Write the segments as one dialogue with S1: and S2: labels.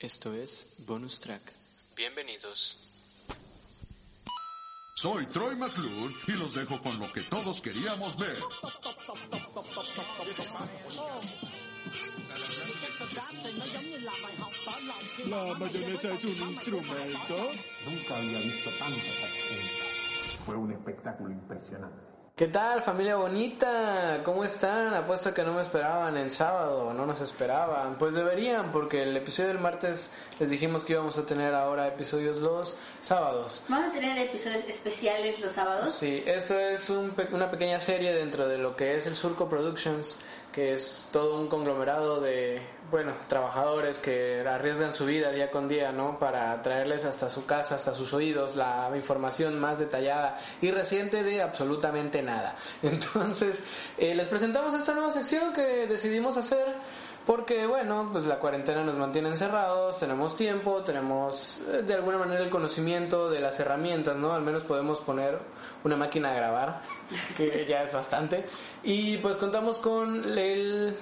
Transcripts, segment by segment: S1: Esto es Bonus Track.
S2: Bienvenidos.
S3: Soy Troy McClure y los dejo con lo que todos queríamos ver.
S4: La mayonesa es un instrumento.
S5: Nunca había visto tanta sargento. Fue un espectáculo impresionante.
S2: ¿Qué tal familia bonita? ¿Cómo están? Apuesto que no me esperaban el sábado, no nos esperaban. Pues deberían, porque el episodio del martes les dijimos que íbamos a tener ahora episodios los sábados.
S6: Vamos a tener episodios especiales los sábados.
S2: Sí, esto es un pe- una pequeña serie dentro de lo que es el Surco Productions, que es todo un conglomerado de, bueno, trabajadores que arriesgan su vida día con día, ¿no? Para traerles hasta su casa, hasta sus oídos, la información más detallada y reciente de absolutamente nada. Entonces, eh, les presentamos esta nueva sección que decidimos hacer. Porque bueno, pues la cuarentena nos mantiene encerrados, tenemos tiempo, tenemos eh, de alguna manera el conocimiento de las herramientas, ¿no? Al menos podemos poner una máquina a grabar, que ya es bastante. Y pues contamos con el...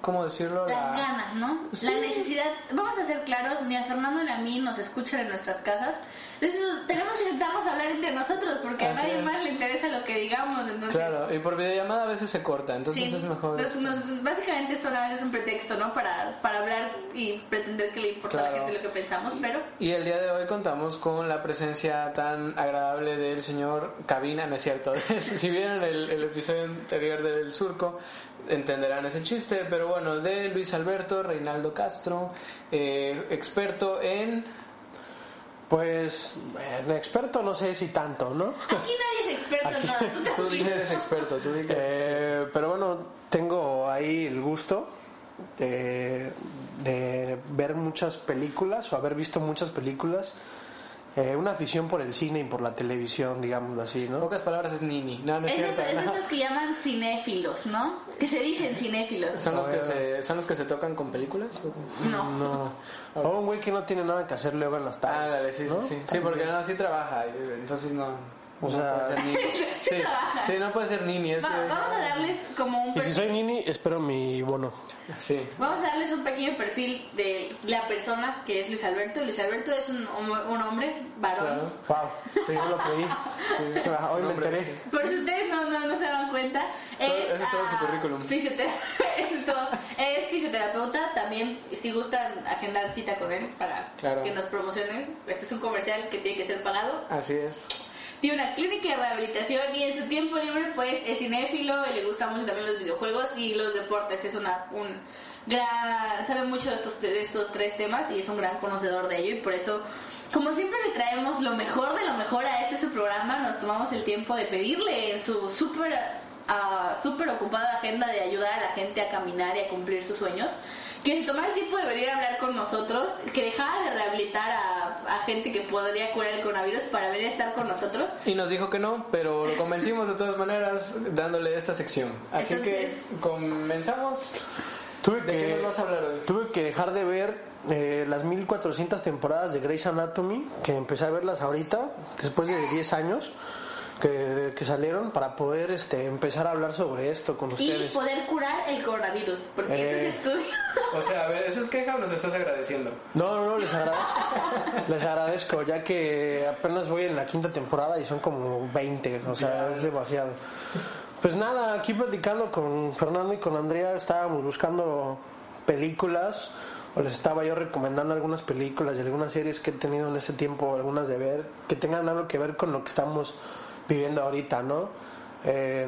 S2: ¿Cómo decirlo?
S6: Las
S2: La-
S6: ganas, ¿no? La necesidad. Vamos a ser claros, ni a Fernando ni a mí nos escuchan en nuestras casas. Entonces, tenemos que sentarnos a hablar entre nosotros porque a
S2: Así
S6: nadie
S2: es.
S6: más le interesa lo que digamos. Entonces,
S2: Claro, y por videollamada a veces se corta, entonces
S6: sí.
S2: es mejor... este.
S6: Nos- nos- básicamente esto nada más es un pretexto, ¿no? Para, para hablar y pretender que le importa a
S2: Claro.
S6: la gente lo que pensamos, pero
S2: Y el día de hoy contamos con la presencia tan agradable del señor Cabina, no es cierto. si vieron el, el episodio anterior del Surco, entenderán ese chiste, pero bueno, de Luis Alberto Reinaldo Castro, eh, experto en...
S7: Pues, en experto no sé si tanto, ¿no?
S6: aquí nadie es experto en nada. Tú
S2: Tú
S6: tranquilo.
S2: eres experto, tú di que-
S7: Eh, pero bueno, tengo ahí el gusto de, de ver muchas películas o haber visto muchas películas. Eh, una afición por el cine y por la televisión, digámoslo así,
S2: En
S7: ¿no?
S2: pocas palabras es Nini, no, no es
S6: Es
S2: cierto.
S6: estos, es
S2: no.
S6: estos que llaman cinéfilos, ¿no? Que se dicen cinéfilos.
S2: ¿Son, los que
S7: Ah,
S2: se, ¿Son los que se tocan con películas? Ah,
S6: No.
S7: No. O un güey que no tiene nada que hacer luego en las
S2: Ah,
S7: tardes.
S2: dale, sí,
S7: ¿no?
S2: sí, sí. Sí, porque no, sí trabaja, y, entonces no...
S7: O
S2: no
S7: sea-
S2: puede ser Nini. Sí,
S6: trabaja.
S2: sí, no puede ser Nini. Es
S6: Va-
S2: que-
S6: vamos a darles como un
S7: Y si
S6: perfil.
S7: soy nini, espero mi bono.
S2: Sí.
S6: Vamos a darles un pequeño perfil de la persona que es Luis Alberto. Luis Alberto es un, homo- un hombre varón.
S2: Claro.
S7: Wow, sí, yo lo creí. Ah, Hoy me
S2: Nombre,
S7: enteré.
S2: sí.
S6: Por si ustedes no, no, no se dan cuenta, es,
S2: Todo- eso es todo su
S6: ah,
S2: currículum.
S6: fisiotera- es todo. Es fisioterapeuta. También, si gustan, agendar cita con él para
S2: Claro.
S6: que nos promocionen. Este es un comercial que tiene que ser pagado.
S2: Así es.
S6: Tiene una clínica de rehabilitación y en su tiempo libre pues es cinéfilo y le gustan mucho también los videojuegos y los deportes. Es una un gran sabe mucho de estos de estos tres temas y es un gran conocedor de ello y por eso como siempre le traemos lo mejor de lo mejor a este su programa, nos tomamos el tiempo de pedirle en su súper ah, súper ocupada agenda de ayudar a la gente a caminar y a cumplir sus sueños, que se tomara el tiempo de venir a hablar con nosotros, que dejara de rehabilitar a, a gente que podría curar el coronavirus para venir a estar con nosotros.
S2: Y nos dijo que no, pero lo convencimos de todas maneras dándole esta sección. Así
S6: Entonces-
S2: que comenzamos.
S7: Tuve
S2: ¿De qué
S7: que,
S2: nos vas a hablar hoy?
S7: tuve que dejar de ver eh, las 1400 temporadas de Grey's Anatomy, que empecé a verlas ahorita, después de 10 años que, que salieron, para poder este, empezar a hablar sobre esto con
S6: Y
S7: ustedes.
S6: poder curar el coronavirus, porque eso
S7: Eh.
S6: es estudio.
S2: O sea, a ver, ¿eso es queja o nos estás agradeciendo?
S7: No, no, no, les agradezco, les agradezco, ya que apenas voy en la quinta temporada y son como 20, o sea, es demasiado. Pues nada, aquí platicando con Fernando y con Andrea estábamos buscando películas, o les estaba yo recomendando algunas películas y algunas series que he tenido en este tiempo, algunas de ver, que tengan algo que ver con lo que estamos viviendo ahorita, ¿no? Eh,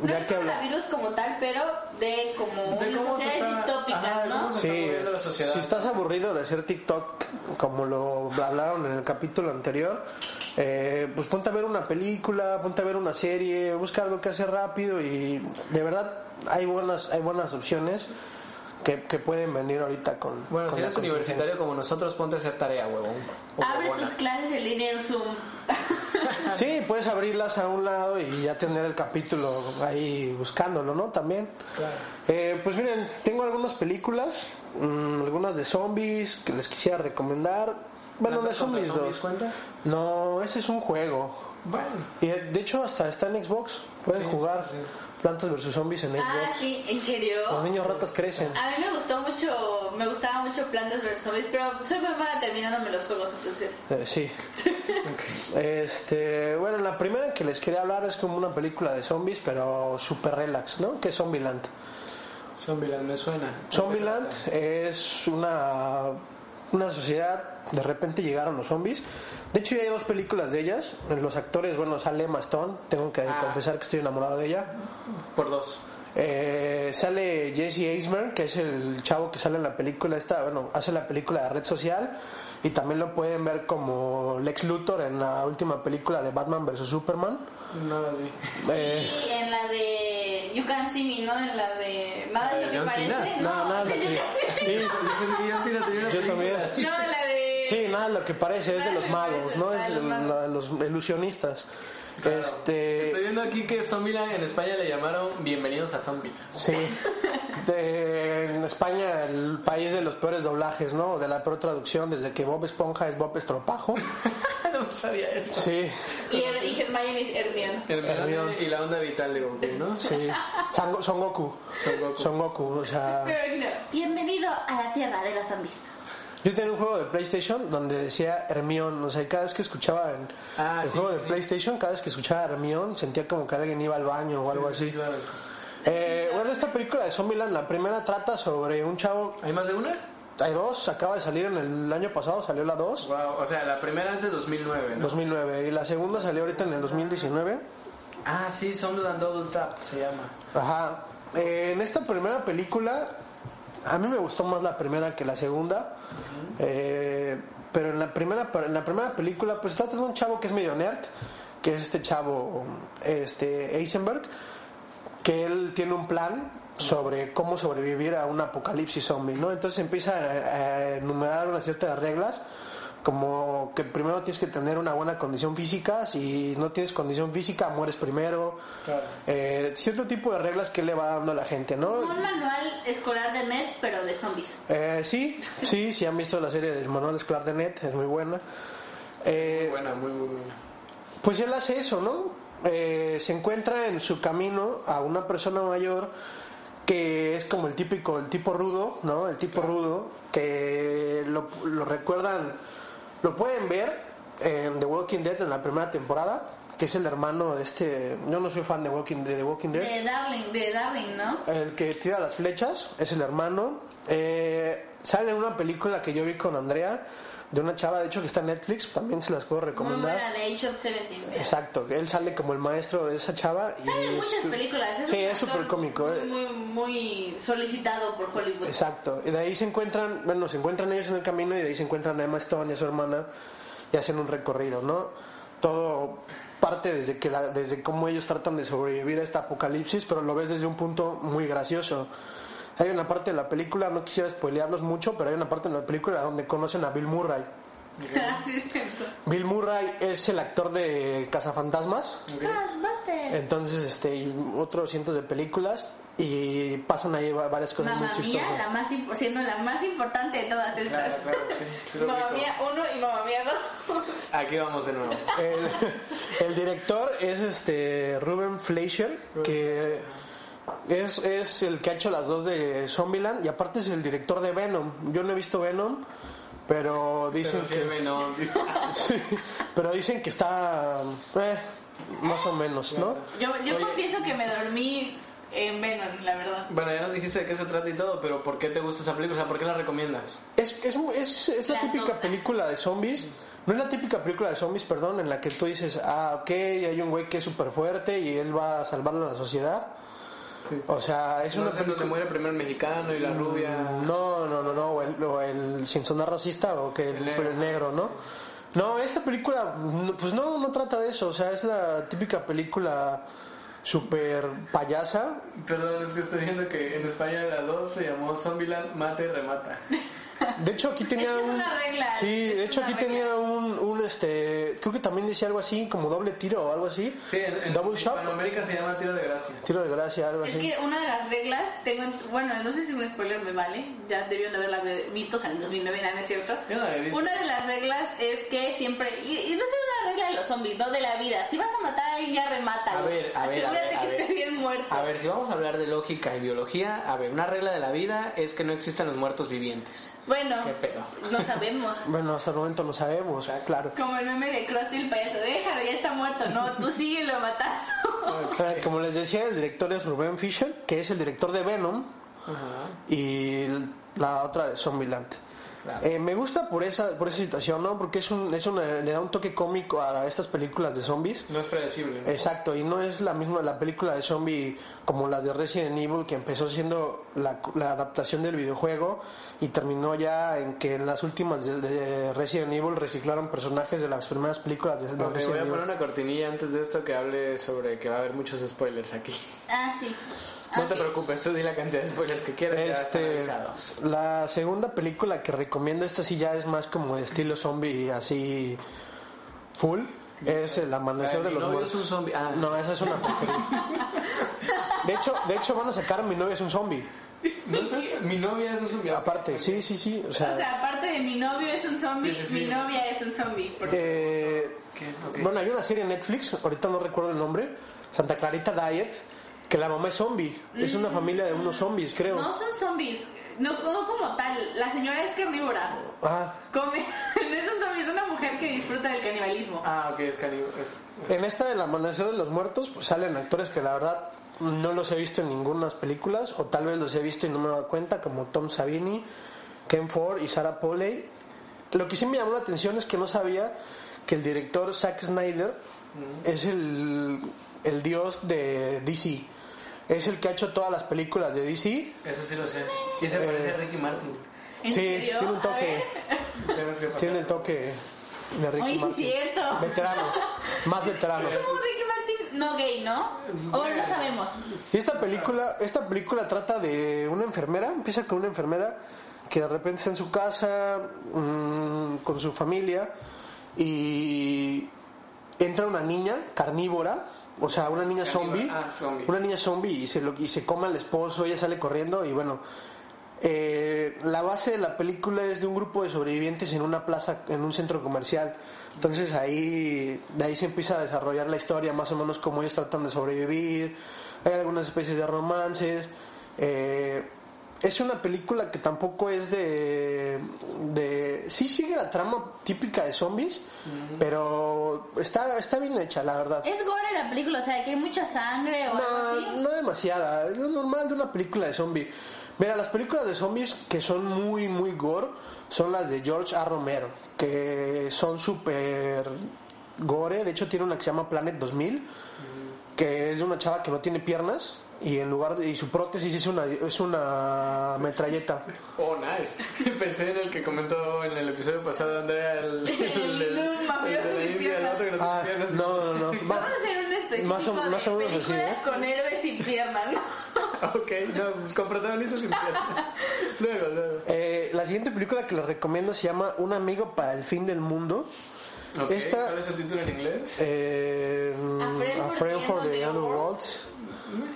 S6: No
S7: ya
S6: el
S7: que habla-
S6: coronavirus como tal, pero de como
S2: De
S6: unas
S2: cómo se
S6: sociedades
S2: está-
S6: distópicas,
S2: ajá,
S6: ¿no?
S2: cómo se- está moviendo la sociedad.
S7: Si estás aburrido de hacer TikTok, como lo hablaron en el capítulo anterior, eh, pues ponte a ver una película, ponte a ver una serie, busca algo que hacer rápido y de verdad hay buenas, hay buenas opciones que, que pueden venir ahorita con.
S2: Bueno,
S7: con
S2: si
S7: la
S2: eres universitario como nosotros, ponte a hacer tarea, huevón. O
S6: Abre
S2: huevona.
S6: tus clases en línea en Zoom.
S7: contingencia. Sí, puedes abrirlas a un lado y ya tener el capítulo ahí buscándolo, ¿no? También. Eh, pues miren, tengo algunas películas, mm, algunas de zombies que les quisiera recomendar. Bueno,
S2: ¿Plantas
S7: de zombies
S2: contra
S7: 2.
S2: cuenta?
S7: No, ese es un juego.
S2: Bueno.
S7: Y de hecho hasta está en Xbox, pueden
S2: Sí,
S7: jugar.
S2: sí, sí.
S7: Plantas vs Zombies en Xbox.
S6: Ah, sí, ¿en serio?
S7: Los niños ratas crecen.
S6: A mí me gustó mucho, me gustaba mucho Plantas vs Zombies, pero soy muy mala terminándome los juegos, entonces.
S7: Eh, sí. Este, bueno, la primera que les quería hablar es como una película de zombies, pero super relax, ¿no? Que es Zombieland.
S2: Zombieland me suena.
S7: Zombieland es una, una sociedad, de repente llegaron los zombies. De hecho, ya hay dos películas de ellas. Los actores, bueno, sale Emma Stone, tengo que
S2: Ah.
S7: confesar que estoy enamorado de ella.
S2: Por dos.
S7: Eh, sale Jesse Eismer, que es el chavo que sale en la película esta, bueno, hace la película de Red Social y también lo pueden ver como Lex Luthor en la última película de Batman vs. Superman.
S2: No lo vi.
S7: Eh,
S6: Y en la de You Can See Me, ¿no? En la de Nada
S2: ¿La
S6: de
S2: de
S6: lo que
S2: John
S6: parece.
S2: Cena?
S6: No,
S7: nada, nada,
S6: de
S7: de
S6: You Can
S7: que- sí,
S2: Yo pensé que John Cena tenía una
S7: yo también.
S2: película.
S6: See- No, en la de.
S7: Sí, nada, lo que parece es de los magos, ¿no? Es el- la de los ilusionistas.
S2: Claro. Estoy
S7: Este,
S2: viendo aquí que Zombieland en España le llamaron Bienvenidos a Zombieland.
S7: sí. De- en España, el país de los peores doblajes, ¿no? De la peor traducción, desde que Bob Esponja es Bob Estropajo.
S2: no sabía eso.
S7: Sí,
S6: Y, Her- y Hermione es Hermione.
S2: Hermione
S7: Hermione.
S2: y la onda vital de Goku, ¿no?
S7: sí. Sango- Son Goku.
S2: Son Goku.
S7: Son Goku, o sea...
S6: Pero no. Bienvenido a la tierra de los zombies.
S7: Yo tenía un juego de PlayStation donde decía Hermión, o sea, cada vez que escuchaba el,
S2: Ah,
S7: el
S2: sí,
S7: juego de
S2: sí.
S7: PlayStation, cada vez que escuchaba Hermión, sentía como que alguien iba al baño o algo así.
S2: Claro.
S7: Eh, bueno, esta película de Zombieland, la primera trata sobre un chavo...
S2: ¿Hay más de una?
S7: Hay dos, acaba de salir en el año pasado, salió la dos.
S2: Wow, o sea, la primera es de 2009, ¿no?
S7: 2009 y la segunda salió ahorita en el 2019.
S2: Ah, sí, Zombieland Double Tap se llama.
S7: Ajá. Eh, en esta primera película, a mí me gustó más la primera que la segunda. Eh, pero en la primera en la primera película, pues trata de un chavo que es medio nerd, que es este chavo, este Eisenberg, que él tiene un plan sobre cómo sobrevivir a un apocalipsis zombie, ¿no? Entonces empieza a, a enumerar una cierta de reglas, como que primero tienes que tener una buena condición física, si no tienes condición física mueres primero,
S2: Claro.
S7: eh, cierto tipo de reglas que le va dando a la gente, ¿no?
S6: Como un manual escolar de Ned, pero de zombies.
S7: Eh, sí, sí, sí han visto la serie del Manuel Escolar de Net, es muy buena. Eh,
S2: Buena, muy, muy buena.
S7: pues él hace eso, ¿no? Eh, se encuentra en su camino a una persona mayor que es como el típico, el tipo rudo, ¿no? El tipo rudo que lo, lo recuerdan, lo pueden ver en The Walking Dead en la primera temporada, que es el hermano de este. Yo no soy fan de Walking de The Walking Dead.
S6: De Darling, de Darling, ¿no?
S7: El que tira las flechas es el hermano. Eh, sale en una película que yo vi con Andrea, de una chava, de hecho, que está en Netflix, también se las puedo
S6: Muy
S7: recomendar.
S6: buena, de Age of Seventeen.
S7: Exacto, él sale como el maestro de esa chava. y
S6: Sale en
S7: es-
S6: muchas películas.
S7: sí,
S6: un
S7: es
S6: actor
S7: súper cómico. eh.
S6: Muy, muy solicitado por Hollywood.
S7: Exacto. Y de ahí se encuentran, bueno, se encuentran ellos en el camino y de ahí se encuentran a Emma Stone y a su hermana y hacen un recorrido, ¿no? Todo parte desde que la- desde cómo ellos tratan de sobrevivir a este apocalipsis, pero lo ves desde un punto muy gracioso. Hay una parte de la película, no quisiera spoilearlos mucho, pero hay una parte de la película donde conocen a Bill Murray.
S6: Ah, Sí, es cierto.
S7: Bill Murray es el actor de Cazafantasmas,
S6: Ghostbusters.
S7: entonces este y otros cientos de películas y pasan ahí va- varias cosas
S6: Mamma
S7: muy
S6: Mía,
S7: chistosas.
S6: la más impo- siendo la más importante de todas estas.
S2: Claro, claro, sí, sí lo
S6: Mamma
S2: ubico.
S6: Mía 1 y Mamma Mía 2.
S2: Aquí vamos de nuevo.
S7: El, el director es este Ruben Fleischer, que es, es el que ha hecho las dos de Zombieland y aparte es el director de Venom. Yo no he visto Venom, pero dicen
S2: Pero sí,
S7: que
S2: bueno,
S7: sí, pero dicen que está eh, más o menos, ¿no?
S6: Yo, yo
S2: Oye.
S6: confieso que me dormí en Venom, la verdad.
S2: Bueno, ya nos dijiste de qué se trata y todo, pero ¿por qué te gusta esa película? O sea, ¿por qué la recomiendas?
S7: Es, es, es, es la
S6: Las
S7: típica
S6: dos.
S7: película de zombies. No es la típica película de zombies, perdón, en la que tú dices, ah, ok, hay un güey que es súper fuerte y él va a salvar a la sociedad. O sea, es
S2: Es una Mm.
S7: una
S2: escena donde muere el primer mexicano y la rubia.
S7: No, no, no, no, o el, o el- sin sonar racista o que
S2: El
S7: el,
S2: negro.
S7: el negro, ¿no? No, esta película, no, pues no, no trata de eso, o sea, es la típica película super payasa.
S2: Perdón, es que estoy viendo que en España la 2 se llamó Zombieland Mate y Remata.
S7: De hecho, aquí
S6: Es
S7: tenía
S6: que es
S7: un...
S6: una regla,
S7: Sí,
S6: es
S7: de hecho
S6: una
S7: aquí
S6: regla.
S7: tenía un, un, este, creo que también decía algo así, como doble tiro o algo así.
S2: Sí, en, en
S7: Double shot,
S2: Hispanoamérica se llama Tiro de Gracia.
S7: tiro de gracia, algo
S6: Es
S7: así.
S6: que una de las reglas, tengo, bueno, no sé si un spoiler me vale, ya debieron de haberla visto, o sea, en 2009, nada, ¿no es cierto?
S2: Yo no la he visto.
S6: Una de las reglas es que siempre, y, y no sé la regla de los zombies, no de la vida. Si vas a matar a alguien, ya remátalo.
S2: A ver, a ver, a
S6: Asegúrate
S2: ver, a
S6: que
S2: ver.
S6: esté bien muerto.
S2: A ver, si vamos a hablar de lógica y biología, a ver, una regla de la vida es que no existan los muertos vivientes.
S6: Bueno,
S2: Qué pedo.
S6: no sabemos.
S7: Bueno, hasta el momento no sabemos, claro.
S6: Como el meme de Krusty el payaso, déjalo, ya está muerto. No, tú síguelo matando.
S7: Claro, Como les decía, el director es Ruben Fisher, que es el director de Venom y el- la otra de Zombieland.
S2: Claro.
S7: Eh, me gusta por esa por esa situación, ¿no? Porque es un es una, le da un toque cómico a estas películas de zombies.
S2: No es predecible.
S7: Exacto, y no es la misma la película de zombie como las de Resident Evil que empezó siendo la, la adaptación del videojuego y terminó ya en que en las últimas de, de Resident Evil reciclaron personajes de las primeras películas de, de
S2: Ok, voy a
S7: Resident Evil.
S2: poner una cortinilla antes de esto que hable sobre que va a haber muchos spoilers aquí.
S6: ah, sí.
S2: No
S6: Ah,
S2: te
S6: sí.
S2: preocupes, tú di la cantidad de spoilers que quieras. ya están
S7: Este,
S2: avisados.
S7: la segunda película que recomiendo, esta sí ya es más como de estilo zombie así full, es
S2: Ay,
S7: El Amanecer
S2: mi
S7: de los
S2: novio
S7: Muertos.
S2: es un zombie. Ah.
S7: No, esa es una porquería. De hecho, de hecho van a sacar Mi novia es un zombie.
S2: No sé, mi novia es un zombie.
S7: Aparte, sí, sí, sí, o
S6: O
S7: sea,
S6: sea, aparte de mi novio es un zombie,
S2: Sí, sí, sí.
S6: mi novia es un zombie. por
S7: eh,
S2: ¿Qué? Ok.
S7: bueno, hay una serie en Netflix, ahorita no recuerdo el nombre, Santa Clarita Diet, que la mamá es zombie, es
S2: Mm.
S7: una familia de unos zombies, creo.
S6: No son zombies, no, no como tal. La señora es carnívora.
S7: Ah,
S6: Come. No es un zombie, es una mujer que disfruta del canibalismo.
S2: Ah, ok, es caníbal. es-
S7: En esta del amanecer de los muertos pues, salen actores que la verdad no los he visto en ninguna películas o tal vez los he visto y no me he dado cuenta como Tom Savini, Ken Ford y Sarah Polley. Lo que sí me llamó la atención es que no sabía que el director Zack Snyder es el, el dios de DC. Es el que ha hecho todas las películas de DC.
S2: Eso sí lo sé. Y se parece a Ricky Martin.
S6: ¿En
S7: sí,
S6: serio?
S7: tiene un
S6: A
S7: toque,
S6: ver.
S2: Tienes que pasar.
S7: tiene el toque de Ricky
S6: Oye, sí
S7: Martin.
S6: es cierto.
S7: Veterano, más veterano.
S6: Es como Ricky Martin, no gay, ¿no? O no sabemos.
S7: Y esta película, esta película trata de una enfermera, empieza con una enfermera que de repente está en su casa mm, con su familia y entra una niña carnívora, o sea, una niña
S2: Carnívora,
S7: zombie,
S2: ah, zombie.
S7: una niña zombie y se, lo, y se come al esposo, ella sale corriendo y bueno, eh, la base de la película es de un grupo de sobrevivientes en una plaza, en un centro comercial. Entonces ahí, de ahí se empieza a desarrollar la historia, más o menos cómo ellos tratan de sobrevivir. Hay algunas especies de romances. Eh, es una película que tampoco es de, de... Sí sigue la trama típica de zombies, pero está, está bien hecha, la verdad.
S6: Es gore la película, o sea, que hay mucha sangre o algo
S7: No,
S6: así.
S7: no demasiada. Es lo normal de una película de zombie. Mira, las películas de zombies que son muy, muy gore son las de George A. Romero, que son súper gore. De hecho, tiene una que se llama Planet 2000, que es de una chava que no tiene piernas y en lugar de, y su prótesis es una, es una metralleta.
S2: Oh, nice. Pensé en el que comentó en el episodio pasado Andrea, el.
S6: El de un mafioso
S2: el de la
S6: sin
S2: India,
S6: piernas.
S2: el vato que no tiene
S7: Ah,
S2: piernas.
S7: no, no, no. Va-
S6: Vamos a hacer un específico
S7: Más o- más
S6: de
S7: o menos así,
S6: películas
S7: ¿eh?
S6: con héroes sin piernas, ¿no?
S2: Ok, no, pues con protagonistas sin piernas. Luego, luego.
S7: Eh, la siguiente película que les recomiendo se llama Un amigo para el fin del mundo.
S2: Ok,
S7: Esta-
S2: ¿Cuál es el título en inglés?
S7: Eh,
S6: A Friend
S7: a
S6: for
S7: Friend
S6: the End
S7: for
S6: of
S7: the
S6: the
S7: Other
S6: World.
S7: Worlds.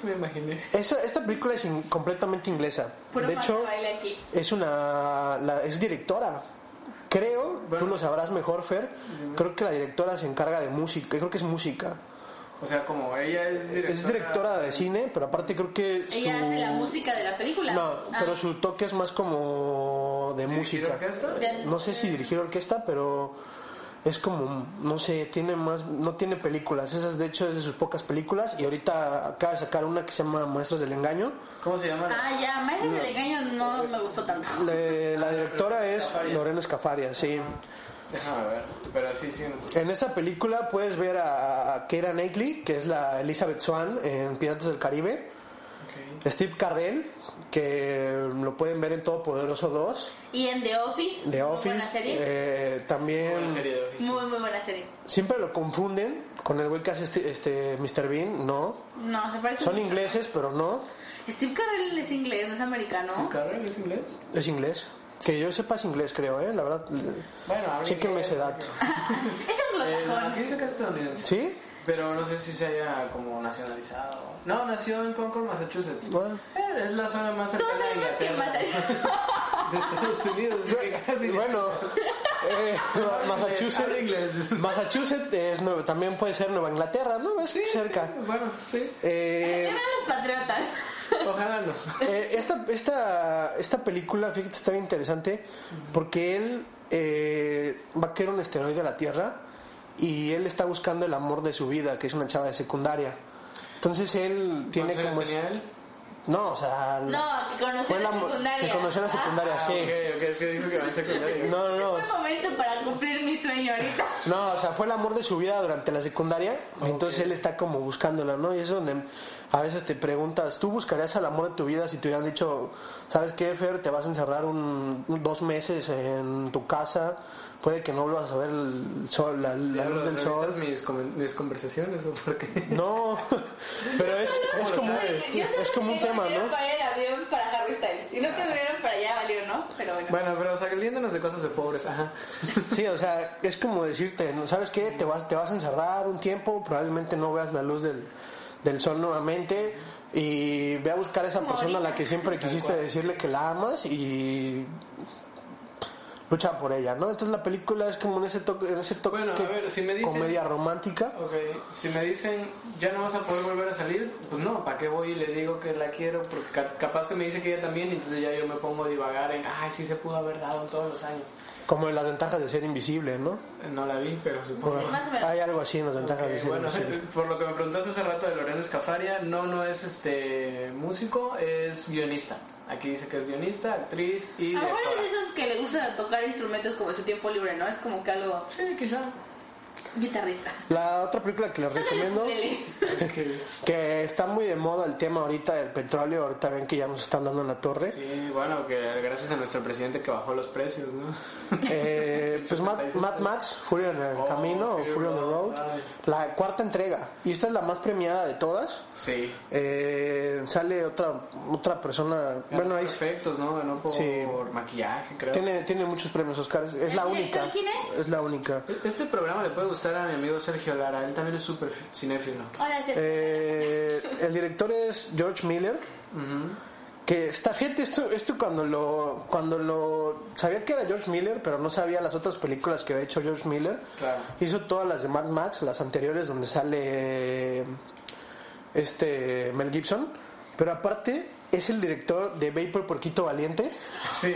S2: Me imaginé.
S7: Esa- esta película es in- completamente inglesa.
S6: Puro
S7: de hecho,
S6: baile aquí.
S7: es una la- es directora. Creo,
S2: Bueno.
S7: tú lo sabrás mejor, Fer. Creo que la directora se encarga de música. Creo que es música.
S2: O sea, como ella es directora.
S7: Es directora de cine, pero aparte creo que su-
S6: Ella hace la música de la película.
S7: No,
S6: Ah.
S7: pero su toque es más como de
S2: ¿Dirigir
S7: música.
S2: orquesta?
S7: Eh, No sé si dirigir orquesta, pero es como, no sé, tiene más, no tiene películas. Esas, de hecho, es de sus pocas películas. Y ahorita acaba de sacar una que se llama Maestros del Engaño.
S2: ¿Cómo se llama?
S6: Ah, ya, Maestros del Engaño no me gustó tanto.
S7: Le- la
S2: Ah,
S7: directora
S2: pero
S7: es
S2: Scafaria.
S7: Lorena Escafaria, sí.
S2: Déjame ver. Pero sí, sí. no sé.
S7: En esta película puedes ver a, a Keira Knightley, que es la Elizabeth Swan en Piratas del Caribe.
S2: Ok.
S7: Steve Carrell, que lo pueden ver en Todopoderoso 2,
S6: Y en The Office.
S7: The
S6: Muy
S7: Office.
S6: buena serie.
S7: eh, también
S2: Una serie de Office.
S6: Muy, muy buena serie.
S7: siempre lo confunden con el güey que hace este, este Mr. Bean, no.
S6: No, se parece.
S7: Son
S6: mucho.
S7: ingleses, pero no.
S6: Steve Carell es inglés, no es americano.
S2: ¿Su carrera es inglés?
S7: Es inglés. Que yo sepa es inglés, creo, ¿eh? La verdad.
S2: Bueno, habla
S7: Chéquenme
S2: inglés.
S7: ese dato.
S6: Es
S2: Eh,
S6: anglosajón.
S2: aquí dice que es estadounidense.
S7: ¿Sí?
S2: Pero no sé si se haya como nacionalizado. No, nació en Concord, Massachusetts.
S7: Ah.
S2: Eh, Es la zona más
S6: Todos
S2: cercana a
S6: sabemos que
S2: Inglaterra.
S6: Massachusetts.
S2: de Estados Unidos. así que casi-
S7: Bueno, eh, Massachusetts,
S2: Arregles.
S7: Massachusetts es Nueva- también puede ser Nueva Inglaterra, ¿no? Es
S2: Sí, sí,
S7: cerca.
S2: bueno, sí.
S7: Eh,
S6: Vivan los patriotas.
S2: Ojalá no.
S7: Eh, esta, esta, esta película, fíjate, está bien interesante porque él eh, va a querer un esteroide a la Tierra y él está buscando el amor de su vida, que es una chava de secundaria. Entonces él tiene
S2: ¿Cuántos años
S7: como...
S2: tenía él?
S7: No, o sea...
S6: No, que conoció
S7: fue
S6: en la
S7: la mo-
S6: secundaria.
S7: que conoció en la secundaria,
S2: Ah,
S7: sí.
S2: ok, ok, es que dijo que va en secundaria.
S7: No, no, no.
S6: Fue momento para cumplir mi sueño ahorita.
S7: No, o sea, fue el amor de su vida durante la secundaria. Entonces él está como buscándola, ¿no? Y es donde a veces te preguntas, ¿tú buscarías al amor de tu vida si te hubieran dicho, ¿sabes qué, Fer? Te vas a encerrar un, un- dos meses en tu casa. Puede que no vuelvas a ver el sol, la, la
S2: Ya
S7: luz
S2: lo
S7: del
S2: revisas
S7: sol.
S2: mis, comen- mis conversaciones o por qué?
S7: No, pero es, es como,
S6: Yo solo
S7: es como un
S6: tenía
S7: tema,
S6: dinero
S7: ¿no? Ah.
S6: Para el avión para Harry Styles. Y no te dieron para allá, valió, ¿no? Pero bueno.
S2: Bueno, pero saliéndonos de cosas de pobres, ajá.
S7: Sí, o sea, es como decirte, ¿no? ¿sabes qué? Te vas, te vas a encerrar un tiempo, probablemente no veas la luz del, del sol nuevamente y ve a buscar a esa
S6: Como
S7: persona a la
S6: ahorita.
S7: que siempre quisiste decirle que la amas y lucha por ella, ¿no? Entonces la película es como en ese toque, en ese toque
S2: Bueno, a ver, si me dicen-
S7: comedia romántica.
S2: Ok, si me dicen, ya no vas a poder volver a salir, pues no, ¿para qué voy y le digo que la quiero? Porque ca- capaz que me dice que ella también, y entonces ya yo me pongo a divagar en, ay, sí se pudo haber dado en todos los años.
S7: Como en las ventajas de ser invisible, ¿no?
S2: Eh, No la vi, pero supongo.
S6: Sí, más o menos.
S7: Hay algo así en las ventajas
S2: Ok,
S7: de ser
S2: bueno,
S7: invisible.
S2: por lo que me preguntaste hace rato de Lorenzo Escafaria, no, no es este músico, es guionista. Aquí dice que es guionista, actriz y
S6: A lo mejor es de
S2: directora.
S6: esos que le gusta tocar instrumentos como en su tiempo libre, ¿no? Es como que algo
S2: Sí, quizá.
S6: guitarrista.
S7: La otra película que les recomiendo...
S6: Dele.
S2: Ok.
S7: Que está muy de moda el tema ahorita del petróleo, ahorita ven que ya nos están dando en la torre.
S2: Sí, bueno, que gracias a nuestro presidente que bajó los precios, ¿no?
S7: Eh, pues Mad, Mad Max, Fury on el
S2: Oh,
S7: Camino o
S2: Fury
S7: Fury on the
S2: Road,
S7: Road,
S2: ay.
S7: la cuarta entrega. Y esta es la más premiada de todas.
S2: Sí.
S7: Eh, sale otra otra persona, bueno, ahí
S2: efectos, ¿no? Ganó por,
S7: Sí.
S2: por maquillaje, creo.
S7: tiene, tiene muchos premios Oscar, es la
S6: ¿El director
S7: única.
S6: quién es?
S7: la única.
S2: Este programa le puede gustar a mi amigo Sergio Lara, él también es súper fi- cinéfilo.
S6: Hola, Sergio.
S7: Eh, el director es George Miller. Que esta gente, esto, esto cuando lo, cuando lo, sabía que era George Miller, pero no sabía las otras películas que había hecho George Miller.
S2: Claro.
S7: Hizo todas las de Mad Max, las anteriores donde sale eh, este Mel Gibson. Pero aparte, es el director de Vapor Porquito Valiente,
S2: Sí.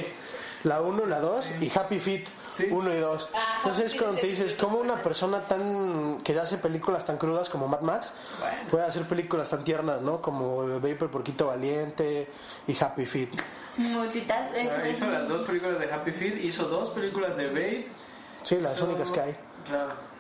S7: la 1, la 2 y Happy Feet
S2: Sí.
S7: 1 y 2.
S6: Ah,
S7: Entonces,
S6: Happy
S7: cuando
S6: Feet
S7: te
S6: es
S7: dices,
S6: muy
S7: ¿cómo una persona tan que ya hace películas tan crudas como Mad Max
S2: Bueno.
S7: puede hacer películas tan tiernas, ¿no? Como Vapor Porquito Valiente y Happy Feet.
S6: Multitas. Es,
S2: Claro,
S6: es-
S2: hizo las dos películas de Happy Feet, hizo dos películas de Babe.
S7: Sí, las
S2: hizo-
S7: únicas que hay.
S2: Claro.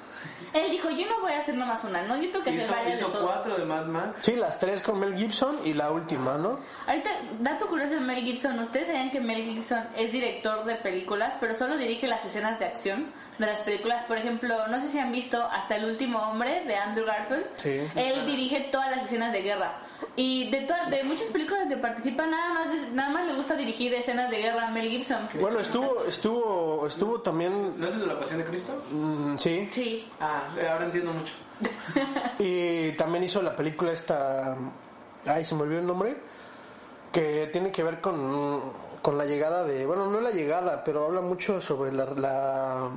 S6: Él dijo, yo no voy a hacer nomás una, ¿no? Yo tengo que hacer
S2: Hizo,
S6: varias de
S2: hizo
S6: todo.
S2: cuatro de Mad Max.
S7: Sí, las tres con Mel Gibson y la última, ¿no?
S6: Ahorita, dato curioso de Mel Gibson, ustedes sabían que Mel Gibson es director de películas, pero solo dirige las escenas de acción de las películas. Por ejemplo, no sé si han visto Hasta el último hombre de Andrew Garfield.
S7: Sí.
S6: Él dirige todas las escenas de guerra. Y de todas, de muchas películas que participa, nada más, des- nada más le gusta dirigir escenas de guerra a Mel Gibson.
S7: Bueno, estuvo, estuvo, estuvo también,
S2: ¿No es el de la Pasión de Cristo?
S7: mm, sí,
S6: Sí.
S2: Ah, eh, ahora entiendo mucho.
S7: y también hizo la película esta, ay, se me olvidó el nombre, que tiene que ver con, con la llegada de, bueno, no la llegada, pero habla mucho sobre la, la-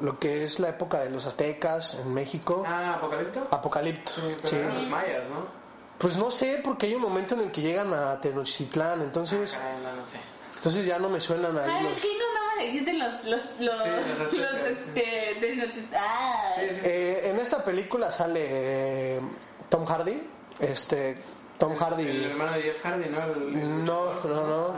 S7: lo que es la época de los aztecas en México.
S2: Ah, ¿Apocalipto?
S7: Apocalipto.
S2: Sí, pero
S7: sí.
S2: eran los mayas, ¿no?
S7: Pues no sé, porque hay un momento en el que llegan a Tenochtitlán, entonces,
S2: Caray, no, no sé.
S7: entonces ya no me suenan ahí
S6: Ay,
S7: los...
S6: los gringos nada más existen los, los, los,
S2: Sí, los
S6: los,
S2: aztecas,
S6: este, desnoti- ah.
S2: Sí, sí, sí.
S7: Eh, en esta película sale eh, Tom Hardy, este Tom
S2: El
S7: Hardy.
S2: hermano de Jeff Hardy, ¿no? El- el-
S7: No, no, no.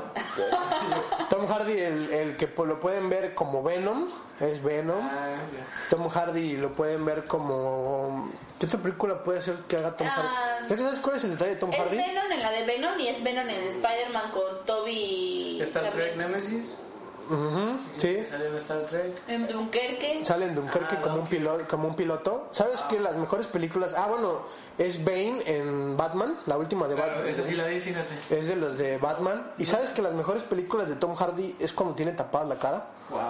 S7: Tom Hardy, el, el que pues, lo pueden ver como Venom, es Venom.
S2: Ah, ya.
S7: Tom Hardy lo pueden ver como... ¿Qué otra película puede ser que haga Tom
S6: Ah.
S7: Hardy? ¿Ya ¿Sabes cuál es el detalle de Tom
S6: Es
S7: Hardy?
S6: Venom en la de Venom y es Venom en Spider-Man con Toby.
S2: Star Trek Nemesis.
S7: Ujú, sí.
S2: Salió en Star Trek.
S6: En Dunkerque.
S7: Sale en Dunkerque
S2: Ah,
S7: como, un piloto, como un piloto. ¿Sabes que las mejores películas... Ah, bueno, es Bane en Batman, la última de
S2: Claro,
S7: Batman.
S2: esa sí la vi, fíjate.
S7: Es de los de Batman. ¿Y sabes que las mejores películas de Tom Hardy es cuando tiene tapada la cara?
S2: Wow.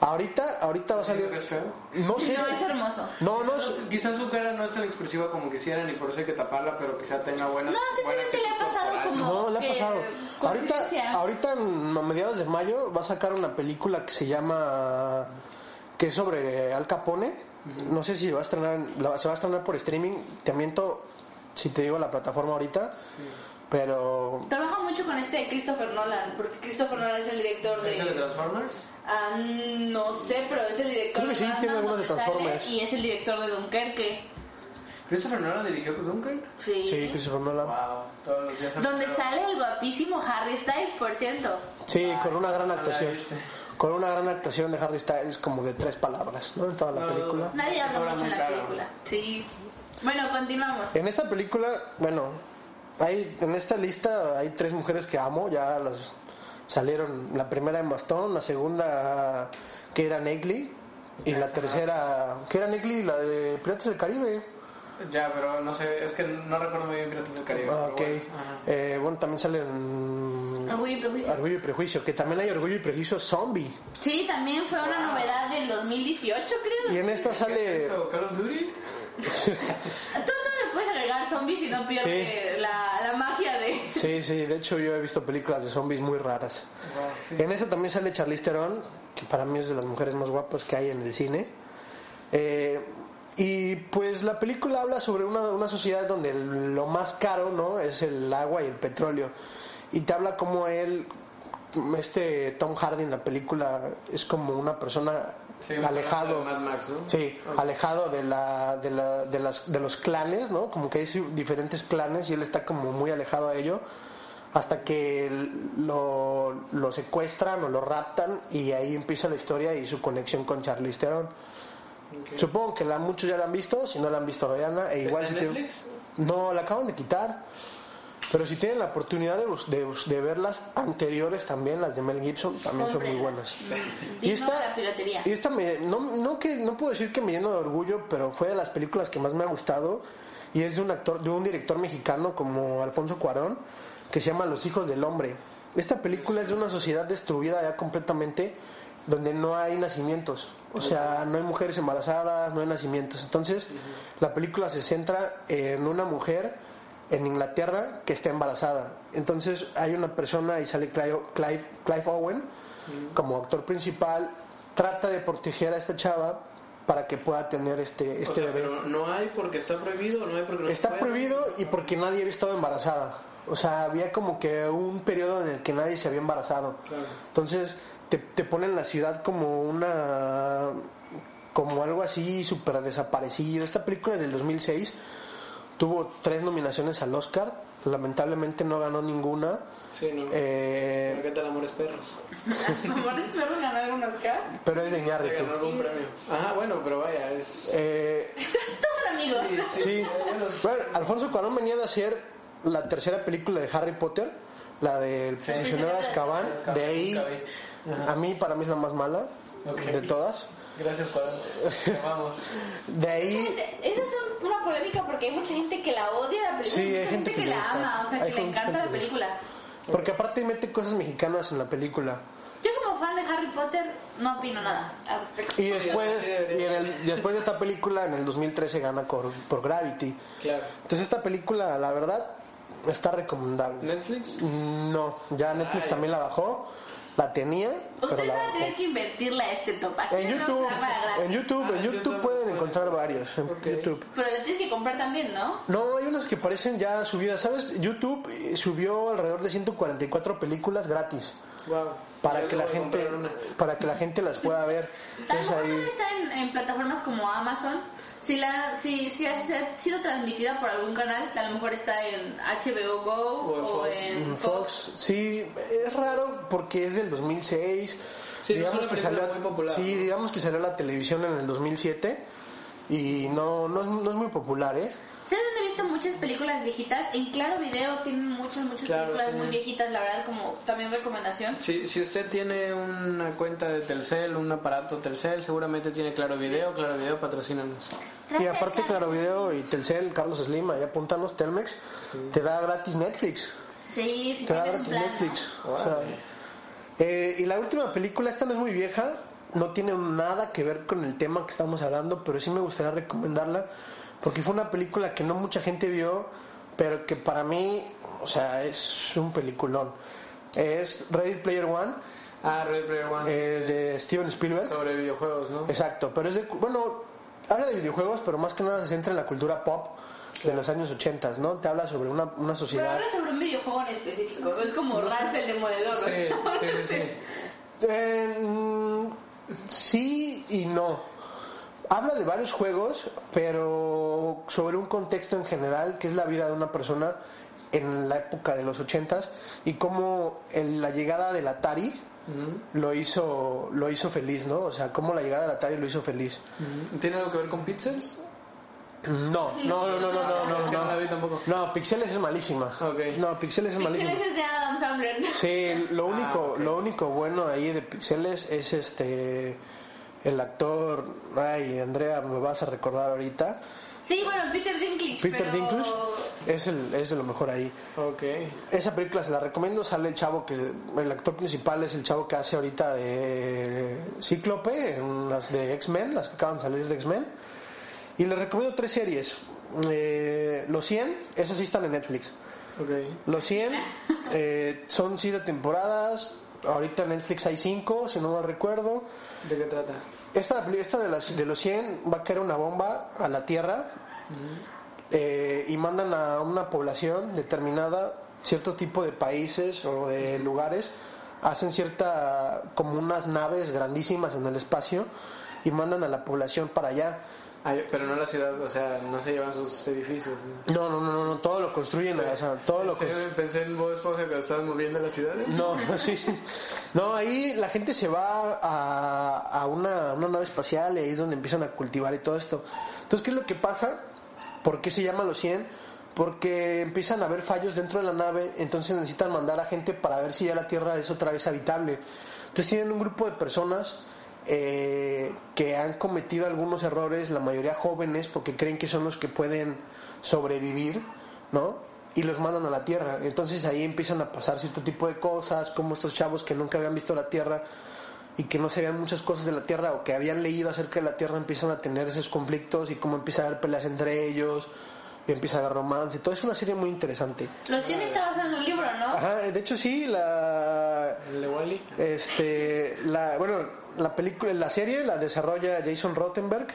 S7: Ahorita, ahorita va a salir.
S2: que es feo?
S7: No sé.
S6: No, es hermoso.
S7: No, no es.
S2: Quizás su cara no es tan expresiva como quisieran y por eso hay que taparla, pero quizá tenga buena.
S6: No, simplemente le ha pasado como.
S7: No, le ha
S6: que,
S7: pasado.
S6: con
S7: Ahorita,
S6: frecuencia.
S7: ahorita en- a mediados de mayo va a sacar una película que se llama que es sobre Al Capone. No sé si va a estrenar, en- la- se va a estrenar por streaming. Te miento si te digo la plataforma ahorita, pero
S6: Trabaja mucho con este Christopher Nolan, porque Christopher Nolan es el director de.
S2: ¿Es el de Transformers?
S6: Ah, no sé, pero es el director de
S7: Creo que sí,
S6: Batman,
S7: tiene algunos
S6: donde
S7: de Transformers.
S6: sale, Y es el director de Dunkerque.
S2: ¿Christopher Nolan dirigió Duncan?
S6: Sí.
S7: sí, Christopher Nolan.
S2: Wow, todos los días.
S6: Donde sale el guapísimo Harry Styles, por cierto.
S7: Sí, con una gran
S2: ojalá
S7: actuación.
S2: este.
S7: Con una gran actuación de Harry Styles como de tres palabras, ¿no? En toda la
S2: No, no,
S7: película.
S2: no.
S6: Nadie
S2: Es que
S6: habla
S2: cobra
S6: mucho en
S2: muy
S6: la
S2: caro.
S6: película. Sí. Bueno, continuamos.
S7: En esta película, bueno, hay en esta lista hay tres mujeres que amo, ya las salieron la primera en Bastón, la segunda que era Negley y la tercera que era Negley la de Piratas del Caribe.
S2: Ya, pero no sé, es que no recuerdo muy bien Piratas del Caribe.
S7: Ah,
S2: pero
S7: ok.
S2: bueno, ajá.
S7: Eh, bueno, también salen
S6: Orgullo y Prejuicio.
S7: Orgullo y Prejuicio, que también hay Orgullo y Prejuicio Zombie.
S6: Sí, también fue una novedad del 2018, creo.
S7: Y en esta
S2: ¿Qué es
S7: sale
S2: esto? ¿Call of Duty?
S6: Tú no le puedes agregar zombies si no pierde la, la magia de...
S7: Sí, sí, de hecho yo he visto películas de zombies muy raras.
S2: Wow, sí.
S7: En esa también sale Charlize Theron, que para mí es de las mujeres más guapas que hay en el cine. Eh, y pues la película habla sobre una, una sociedad donde el- lo más caro, ¿no? Es el agua y el petróleo. Y te habla como él, este Tom Hardy en la película, es como una persona
S2: Sí, me acuerdo
S7: alejado.
S2: de Mad Max, ¿no?
S7: Sí, alejado de, la, de, la- de las, de los clanes, ¿no? Como que hay su- diferentes clanes y él está como muy alejado a ello. Hasta que lo, lo secuestran o lo raptan y ahí empieza la historia y su conexión con Charlize Theron. Supongo que la, muchos ya la han visto, si no la han visto, veanla. E igual
S2: ¿Está en
S7: si te-
S2: Netflix?
S7: No, la acaban de quitar. Pero si tienen la oportunidad de, bus- de, bus- de ver las anteriores también, las de Mel Gibson, también son muy buenas.
S6: Cómprelas. Mm, digno de la piratería.
S7: Y esta me- no, no que, no puedo decir que me lleno de orgullo, pero fue de las películas que más me ha gustado. Y es de un actor, de un director mexicano como Alfonso Cuarón, que se llama Los Hijos del Hombre. Esta película es de una sociedad destruida ya completamente, donde no hay nacimientos. O sea, no hay mujeres embarazadas, no hay nacimientos. Entonces, la película se centra en una mujer en Inglaterra que está embarazada. Entonces hay una persona y sale Clive, Clive- Clive Owen como actor principal, trata de proteger a esta chava para que pueda tener este,
S2: O
S7: este
S2: sea,
S7: bebé.
S2: pero no hay porque está prohibido, no hay porque no se
S7: Está
S2: puede?
S7: prohibido y porque nadie había estado embarazada. O sea, había como que un periodo en el que nadie se había embarazado.
S2: Claro.
S7: Entonces te, te ponen la ciudad como una... como algo así súper desaparecido. Esta película es del 2006. Tuvo tres nominaciones al Oscar. Lamentablemente no ganó ninguna.
S2: Sí, no.
S7: Eh,
S2: Pero ¿Qué tal Amores Perros?
S6: ¿Amores perros ganó algún Oscar?
S7: pero es de
S2: Se
S7: Iñárritu.
S2: ganó algún premio. Ajá, bueno, pero vaya, es...
S7: Eh,
S6: Todos son amigos.
S7: Sí. Bueno, Alfonso Cuarón venía de hacer la tercera película de Harry Potter, la del prisionero de Azkaban. De ahí, a mí, para mí es la más mala
S2: Ok.
S7: de todas.
S2: Gracias, Juan. Te amamos.
S7: De ahí,
S6: Gente, Esa es un- una polémica porque hay mucha gente que la odia la película,
S7: Sí,
S6: y mucha
S7: hay gente que le
S6: la
S7: gusta.
S6: ama, o sea,
S7: Hay
S6: que le
S7: gente
S6: encanta
S7: que
S6: la
S7: le gusta.
S6: película.
S7: porque aparte mete cosas mexicanas en la película.
S6: Yo como fan de Harry Potter no opino nada al respecto.
S7: Y después, y en el- y después de esta película, en el 2013 gana por, por Gravity.
S2: Claro.
S7: Entonces esta película, la verdad, está recomendable.
S2: ¿Netflix?
S7: No, ya Netflix también la bajó. La tenía, pero
S6: Ustedes
S7: la
S6: van a
S7: bajó.
S6: tener que invertirla a este top. Aquí
S7: En
S6: no nos
S7: YouTube,
S6: da para gratis.
S7: en YouTube,
S2: Ah,
S7: en
S2: en
S7: YouTube
S2: YouTube
S7: pueden
S2: pueden
S7: encontrar
S2: encontrar.
S7: varios. En
S2: Ok.
S7: YouTube.
S6: Pero la tienes que comprar también, ¿no?
S7: No, hay unas que parecen ya subidas, ¿sabes? YouTube eh, subió alrededor de 144 películas gratis
S2: Wow.
S7: para
S2: Yo
S7: que la
S2: acabo de
S7: gente
S2: comprar una.
S7: para que la gente las pueda
S6: A
S7: ver.
S6: lo
S7: Entonces
S6: mejor
S7: ahí
S6: no está en, en plataformas como Amazon. Si, la, si, si ha, si ha sido transmitida por algún canal, a lo mejor está en HBO Go
S2: O en
S6: o,
S2: Fox.
S6: en
S7: en
S6: Fox.
S7: Mm, Fox, pues, sí, es raro porque es del 2006.
S2: Sí, no es una película muy popular,
S7: sí,
S2: ¿no?
S7: digamos que salió a la televisión en el 2007 y no no es, no es muy popular, ¿eh?
S6: ¿Sabes dónde he visto muchas películas viejitas? En Claro Video tienen muchas, muchas
S2: Claro,
S6: películas
S2: sí.
S6: muy viejitas, la verdad, como también recomendación.
S2: Si, si usted tiene una cuenta de Telcel, un aparato Telcel, seguramente tiene Claro Video. Claro Video, patrocínanos.
S7: Y aparte Claro Video y Telcel, Carlos Slim, ahí apúntanos, Telmex, te da gratis Netflix.
S6: Sí, si
S7: Te da
S6: tienes un
S7: gratis
S6: plan. ¿no?
S7: Netflix. O sea, eh, y la última película, esta no es muy vieja, no tiene nada que ver con el tema que estamos hablando, pero sí me gustaría recomendarla porque fue una película que no mucha gente vio, pero que para mí, o sea, es un peliculón. Es Ready Player One,
S2: Ah, Ready Player One.
S7: eh,
S2: sí,
S7: de
S2: es
S7: Steven Spielberg.
S2: Sobre videojuegos, ¿no?
S7: Exacto, pero es de. Bueno, habla de videojuegos, pero más que nada se centra en la cultura pop de los años 80, ¿no? Te habla sobre una, una
S6: Pero
S7: sociedad.
S6: habla sobre un videojuego en específico, no es como Ralph el demoledor.
S2: Sí,
S6: ¿no?
S2: sí, sí, sí.
S7: Eh, mm, sí y no. Habla de varios juegos, pero sobre un contexto en general, que es la vida de una persona en la época de los 80 y cómo el- la llegada del Atari lo hizo lo hizo feliz, ¿no? O sea, cómo la llegada del Atari lo hizo feliz.
S2: ¿Tiene algo que ver con pizzas?
S7: No, no, no, no, no, no,
S2: Es que
S7: no.
S2: no la vi tampoco.
S7: No, Pixeles es malísima.
S2: Ok.
S7: No, Pixeles es malísima.
S6: Pixeles es Ah, de Adam Sandler.
S7: Sí, lo único,
S2: ok.
S7: lo único bueno ahí de Pixeles es este el actor, ay, Andrea, me vas a recordar ahorita.
S6: Sí, bueno, Peter Dinklage.
S7: Peter
S6: pero...
S7: Dinklage es el es de lo mejor ahí.
S2: Ok.
S7: Esa película se la recomiendo, sale el chavo que el actor principal es el chavo que hace ahorita de Cíclope, en las de X-Men, las que acaban de salir de X-Men. Y les recomiendo tres series. Eh, Los 100, esas sí están en Netflix.
S2: Ok.
S7: Los 100 eh, son siete temporadas. Ahorita en Netflix hay 5, si no mal recuerdo.
S2: ¿De qué trata?
S7: Esta, peli- esta de, las- de los 100 va a caer una bomba a la Tierra eh, y mandan a una población determinada, cierto tipo de países o de lugares, hacen cierta, como unas naves grandísimas en el espacio y mandan a la población para allá.
S2: Ah, yo- pero no la ciudad, o sea, no se llevan sus edificios. ¿no?
S7: No, no, no, no, no, todo lo construyen, o sea, todo lo
S2: Sí,
S7: construyen.
S2: pensé en Bob Esponja cuando estaban moviendo las ciudades.
S7: No, sí. No, ahí la gente se va a, a una, a una nave espacial y ahí es donde empiezan a cultivar y todo esto. Entonces, ¿qué es lo que pasa? ¿Por qué se llama los 100? Porque empiezan a haber fallos dentro de la nave, entonces necesitan mandar a gente para ver si ya la Tierra es otra vez habitable. Entonces tienen un grupo de personas eh, que han cometido algunos errores, la mayoría jóvenes, porque creen que son los que pueden sobrevivir. ¿no? Y los mandan a la Tierra. Entonces ahí empiezan a pasar cierto tipo de cosas, como estos chavos que nunca habían visto la Tierra y que no sabían muchas cosas de la Tierra o que habían leído acerca de la Tierra empiezan a tener esos conflictos y cómo empieza a haber peleas entre ellos y empieza a haber romance. Todo es una serie muy interesante.
S6: Los 100 está basado en un libro, ¿no?
S7: Ajá, de hecho sí, la
S2: ¿El de Wally?
S7: este, la, bueno, la película, la serie la desarrolla Jason Rottenberg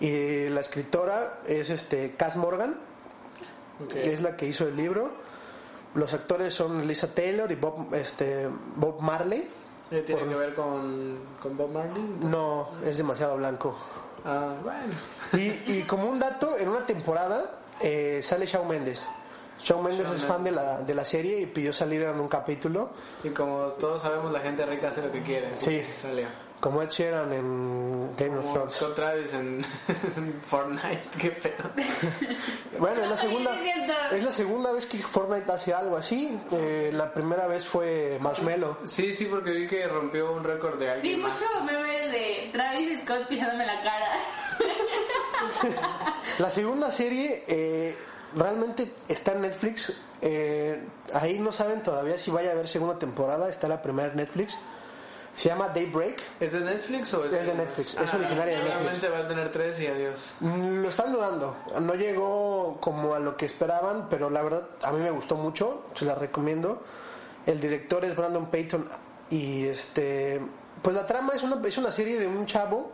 S7: y la escritora es este Cass Morgan,
S2: Ok.
S7: que es la que hizo el libro. Los actores son Lisa Taylor y Bob, este, Bob Marley.
S2: Eh, ¿Tiene que ver con, con Bob Marley?
S7: No, es demasiado blanco.
S2: Ah, bueno.
S7: Y, y como un dato, en una temporada eh, sale Shawn Mendes. Shawn Mendes es fan de la, de la serie y pidió salir en un capítulo,
S2: Y como todos sabemos, la gente rica hace lo que quiere.
S7: Sí.
S2: Salió.
S7: como Ed Sheeran en Game of
S2: Como
S7: Thrones.
S2: Scott Travis en, en Fortnite, qué pedo.
S7: Bueno, es la segunda,
S6: Sí, es cierto.
S7: es la segunda vez que Fortnite hace algo así. Eh, la primera vez fue Marshmello.
S2: Sí, sí, porque vi que rompió un récord de
S6: Vi
S2: alguien más.
S6: mucho meme de Travis Scott pisándome la cara.
S7: La segunda serie eh, realmente está en Netflix. Eh, ahí no saben todavía si vaya a haber segunda temporada. Está la primera en Netflix. Se llama Daybreak.
S2: ¿Es de Netflix o es, Ah,
S7: Es de Netflix, es originaria de Netflix.
S2: Obviamente va a tener tres y adiós.
S7: Mm, Lo están dudando. No llegó como a lo que esperaban, pero la verdad a mí me gustó mucho. Se la recomiendo. El director es Brandon Payton y este, pues la trama es una es una serie de un chavo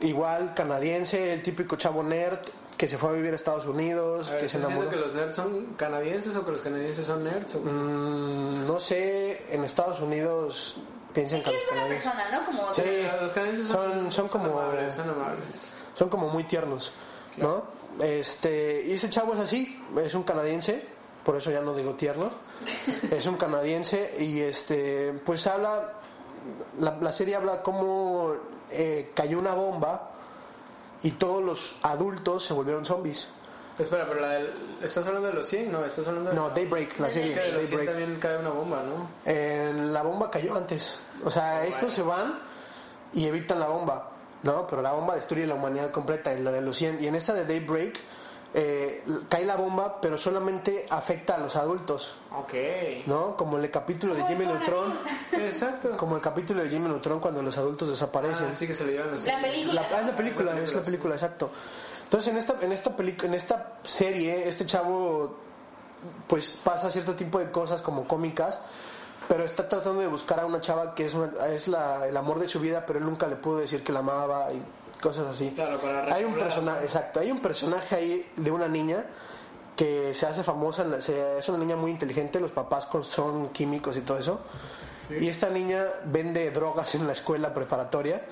S7: igual canadiense, el típico chavo nerd que se fue a vivir a Estados Unidos,
S2: A ver,
S7: que se
S2: ¿estás diciendo
S7: enamoró.
S2: que los nerds son canadienses o que los canadienses son nerds? o qué?
S7: Mm, no sé, en Estados Unidos piensan
S6: Es
S7: que
S6: que
S7: los
S6: es buena
S7: canadienses
S6: persona, ¿no? Como
S7: Sí.
S2: Ah, Los canadienses son,
S7: Son- son como-
S2: amables, son amables.
S7: son como muy tiernos, ¿no? Este, y ese chavo es así, es un canadiense, por eso ya no digo tierno, es un canadiense y este, pues habla, la, la serie habla cómo eh, cayó una bomba y todos los adultos se volvieron zombies.
S2: Espera, pero la del- ¿estás hablando de los 100? No, estás hablando de...
S7: No, Daybreak, la
S2: Es
S7: serie,
S2: que de los 100
S7: Daybreak.
S2: también cae una bomba, ¿no?
S7: Eh, la bomba cayó antes. O sea, estos se van y evitan la bomba, ¿no? Pero la bomba destruye la humanidad completa en la de los 100. Y en esta de Daybreak eh, cae la bomba, pero solamente afecta a los adultos,
S2: Ok.
S7: ¿no? Como el capítulo de
S6: Ay,
S7: Jimmy
S6: pobre
S7: Neutron,
S6: cosa.
S2: Exacto.
S7: como el capítulo de Jimmy Neutron cuando los adultos desaparecen.
S2: Ah, sí que se lo llevan los
S6: La película.
S7: La- ah, es la película,
S2: La película,
S7: es la
S2: sí.
S7: película, exacto. Entonces en esta, en esta película, en esta serie, este chavo pues pasa cierto tipo de cosas como cómicas, pero está tratando de buscar a una chava que es, una- es la- el amor de su vida, pero él nunca le pudo decir que la amaba y cosas así.
S2: Claro, para
S7: hay un
S2: recordar.
S7: personaje, exacto, hay un personaje ahí de una niña que se hace famosa, en la- se- es una niña muy inteligente, los papás con- son químicos y todo eso. Y esta niña vende drogas en la escuela preparatoria.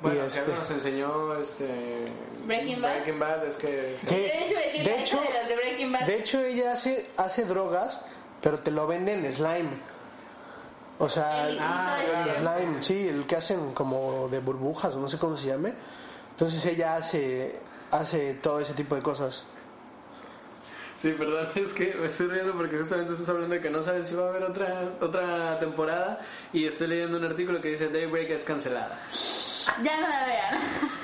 S2: Bueno,
S7: y
S2: si
S7: este-
S2: algo nos enseñó este
S6: Breaking Bad.
S2: es que
S7: Sí.
S6: De hecho, decir,
S7: De
S6: la
S7: hecho-
S6: neta de los de Breaking Bad.
S7: De hecho, ella hace, hace drogas, pero te lo venden en slime. O sea,
S6: El Ah,
S7: el
S6: claro.
S7: slime, sí, el que hacen como de burbujas, no sé cómo se llame. Entonces ella hace hace todo ese tipo de cosas.
S2: sí, perdón, es que me estoy riendo porque justamente estás hablando de que no saben si va a haber otra otra temporada y estoy leyendo un artículo que dice Daybreak es cancelada.
S6: Ya no la vean.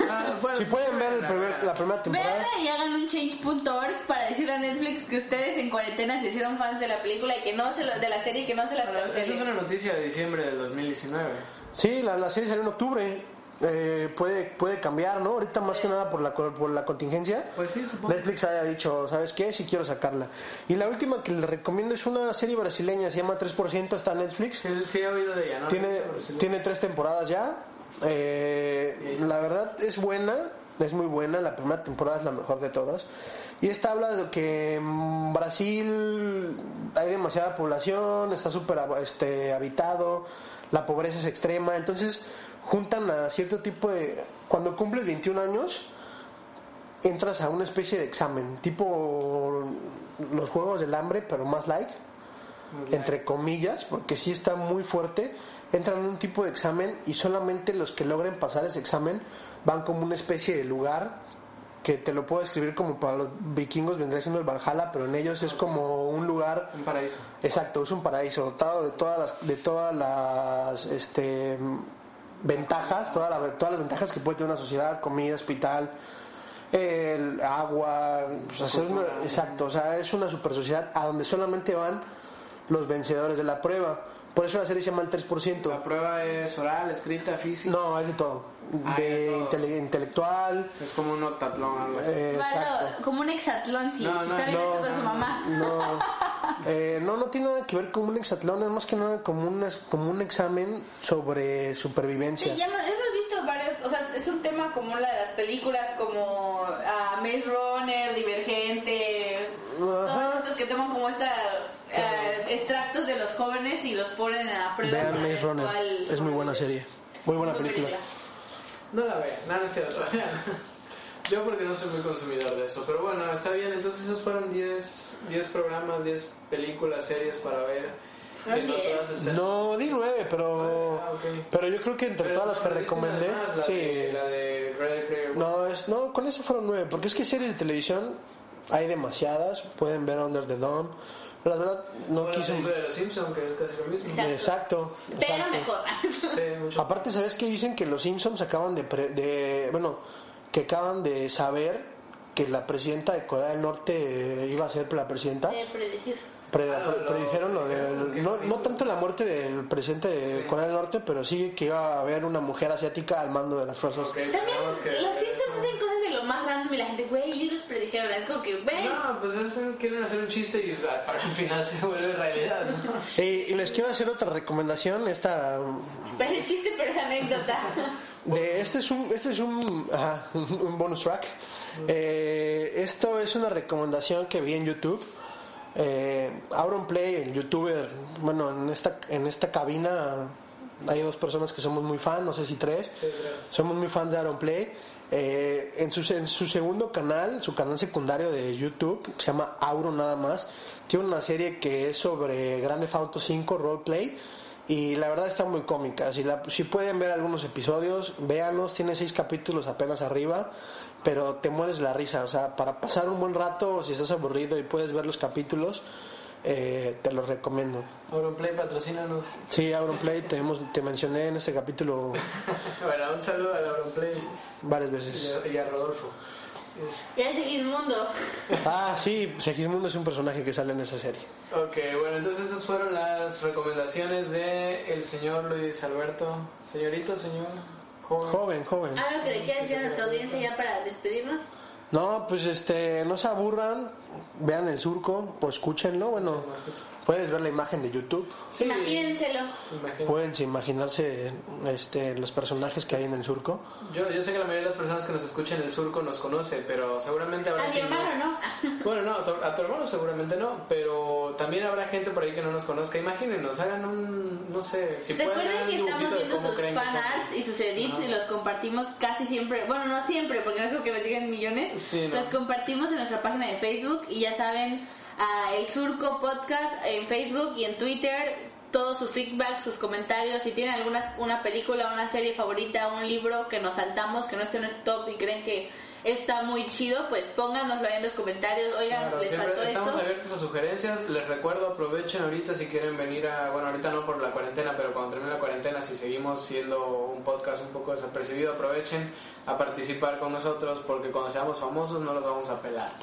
S2: Ah, bueno,
S7: Si
S2: sí,
S7: pueden
S2: sí,
S7: ver el
S2: la
S7: primer-
S2: verdad.
S7: la primera temporada,
S6: Veanla y hagan un change.org para decirle a Netflix que ustedes en cuarentena se hicieron fans de la película y que no se lo- de la serie y que no se las
S2: Bueno, Esa es
S6: cancelen.
S2: una noticia de diciembre del 2019.
S7: sí, la, la serie salió en octubre. Eh, puede puede cambiar, ¿no? Ahorita más que nada por la co- por la contingencia.
S2: Pues sí, supongo.
S7: Netflix haya dicho, ¿sabes qué? Si quiero sacarla. Y la última que les recomiendo es una serie brasileña, se llama 3%, está en Netflix.
S2: Sí, sí he oído de ella, ¿no?
S7: Tiene,
S2: Sí.
S7: tiene tres temporadas ya. Eh, la verdad es buena, es muy buena. La primera temporada es la mejor de todas. Y esta habla de que en Brasil hay demasiada población, está súper este, habitado, la pobreza es extrema. Entonces juntan a cierto tipo de... Cuando cumples 21 años, entras a una especie de examen, tipo los Juegos del Hambre, pero más like entre comillas, porque sí está muy fuerte, entran en un tipo de examen y solamente los que logren pasar ese examen van como una especie de lugar que te lo puedo describir como para los vikingos vendría siendo el Valhalla, pero en ellos es como un lugar
S2: un paraíso.
S7: Exacto, es un paraíso dotado de todas las, de todas las este, mm, ventajas, toda la- todas las ventajas que puede tener una sociedad, comida, hospital, el agua, pues, hacer una- exacto, o sea, es una super sociedad a donde solamente van los vencedores de la prueba. Por eso la serie se llama el 3%.
S2: La prueba es oral, escrita, física.
S7: No, es de todo.
S2: Ah,
S7: de
S2: de todo.
S7: intele- intelectual.
S2: Es como un octatlón, algo así.
S7: eh, exacto.
S6: Bueno, como un exatlón, sí.
S2: No, no,
S6: está bien
S2: no,
S6: con su mamá.
S7: No, Eh, no, no tiene nada que ver con un exatlón, es más que nada como un, como un examen sobre supervivencia.
S6: Sí, ya hemos, hemos visto varios, o sea, es un tema como la de las películas como ah, Maze Runner, Divergente, todos
S7: Ajá.
S6: estos que toman como esta ah, extractos de los jóvenes y los ponen a prueba.
S7: Vean
S6: para
S7: Maze
S6: ver
S7: Runner,
S6: cuál-
S7: es muy buena serie, muy buena
S6: cuál
S7: película.
S2: No la vean, no, no es cierto. Yo porque no soy muy consumidor de eso, pero bueno, está bien. Entonces esos fueron 10, 10 programas, 10 películas, series para ver.
S6: Fueron
S2: Que no
S6: 10.
S2: todas estén-
S7: No, di nueve, pero,
S2: Ah, ok.
S7: pero yo creo que entre
S2: Pero
S7: todas las que
S2: no, dijiste
S7: recomendé,
S2: nada más, la
S7: sí.
S2: De, la de Ready Player One.
S7: No, es, no, con eso fueron nueve, porque es que series de televisión hay demasiadas, pueden ver Under the Dome, la verdad no
S2: O la
S7: quise...
S2: película de los Simpsons, que es casi lo mismo.
S6: Exacto.
S7: Exacto,
S6: Pero
S7: exacto.
S6: mejor.
S2: Sí, mucho.
S7: Aparte, ¿sabes qué dicen? Que los Simpsons acaban de, pre- de- Bueno, que acaban de saber que la presidenta de Corea del Norte eh, iba a ser la presidenta.
S6: De predecir.
S7: Pre-
S2: Ah,
S7: pre-
S2: lo-
S7: predijeron lo
S2: que
S7: del. No, no tanto la muerte del presidente de Corea del Norte, pero sí que iba a haber una mujer asiática al mando de las fuerzas.
S2: Ok,
S6: También
S2: tenemos que
S6: los
S2: ver
S6: Simpsons
S2: eso.
S6: hacen cosas de lo más random y la gente, güey, ellos predijeron, es como que, güey,
S2: No, pues hacen- quieren hacer un chiste y ah, para el final se vuelve realidad, ¿no?
S7: Y, y les quiero hacer otra recomendación. Esta.
S6: parece chiste, pero es anécdota.
S7: De, este es un. Este es un. ajá, un bonus track. Eh, esto es una recomendación que vi en YouTube. Eh, Auron Play, el youtuber, bueno, en esta, en esta cabina hay dos personas que somos muy fan, no sé si tres. Somos muy fans de Auron Play. Eh, en, su, en su segundo canal, su canal secundario de YouTube, que se llama Auron nada más, tiene una serie que es sobre Grande Auto 5 Roleplay. Y la verdad está muy cómica. Si, la- si pueden ver algunos episodios, véanlos. Tiene seis capítulos apenas arriba, pero te mueres de la risa. O sea, para pasar un buen rato, si estás aburrido y puedes ver los capítulos, eh, te los recomiendo.
S2: Auronplay, patrocínanos.
S7: Sí, Auronplay, te, hemos- te mencioné en este capítulo
S2: Bueno, un saludo al Auronplay
S7: varias
S2: y
S7: veces.
S2: a- y a Rodolfo.
S6: Ya es Segismundo.
S7: Ah, sí, Segismundo es un personaje que sale en esa serie.
S2: Ok, bueno, entonces esas fueron las recomendaciones de el señor Luis Alberto. Señorito, señor, joven.
S7: Joven, joven.
S6: Algo que le quieras decir a nuestra audiencia ya para despedirnos.
S7: No, pues este, no se aburran, vean el surco o escúchenlo. Bueno, puedes ver la imagen de YouTube,
S2: Sí,
S6: Imagínenselo.
S2: imagino.
S7: pueden imaginarse este, los personajes que hay en el surco.
S2: Yo, yo sé que la mayoría de las personas que nos escuchan en el surco nos conoce, pero seguramente habrá
S6: A mi
S2: quien no.
S6: hermano, ¿no?
S2: Bueno, no, so- a tu hermano seguramente no, pero también habrá gente por ahí que no nos conozca. Imagínenos, hagan un, no sé, si pueden
S6: Recuerden
S2: hagan
S6: que
S2: un
S6: estamos
S2: dibujito de
S6: viendo
S2: cómo
S6: sus
S2: creen que
S6: fanarts
S2: son.
S6: y sus edits y los compartimos casi siempre. Bueno, no siempre, porque no es como que nos lleguen millones.
S2: Sí, no.
S6: Los compartimos en nuestra página de Facebook y ya saben, a El Surco Podcast en Facebook y en Twitter. Todo su feedback, sus comentarios. Si tienen alguna una película, una serie favorita, un libro que nos saltamos, que no esté en nuestro top y creen que está muy chido, pues pónganoslo ahí en los comentarios. Oigan,
S2: Claro,
S6: les
S2: siempre
S6: faltó
S2: estamos
S6: esto.
S2: abiertos a sugerencias. Les recuerdo, aprovechen ahorita si quieren venir a. Bueno, ahorita no por la cuarentena, pero cuando termine la cuarentena, si seguimos siendo un podcast un poco desapercibido, aprovechen a participar con nosotros porque cuando seamos famosos no los vamos a pelar.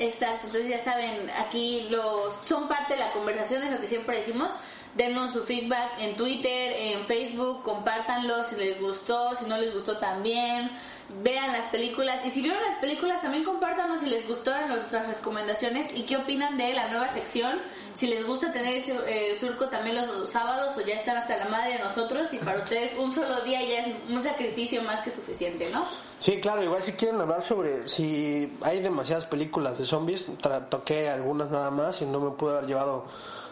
S6: Exacto, entonces ya saben, aquí los son parte de la conversación, es lo que siempre decimos. Denos su feedback en Twitter, en Facebook, compártanlo si les gustó, si no les gustó también. Vean las películas y si vieron las películas también compártanos si les gustaron nuestras recomendaciones y qué opinan de la nueva sección. Si les gusta tener ese, eh, el surco también los, sábados o ya están hasta la madre de nosotros y para ustedes un solo día ya es un sacrificio más que suficiente, ¿no?
S7: Sí, claro, igual si quieren hablar sobre si hay demasiadas películas de zombies, tra- toqué algunas nada más y no me pude haber llevado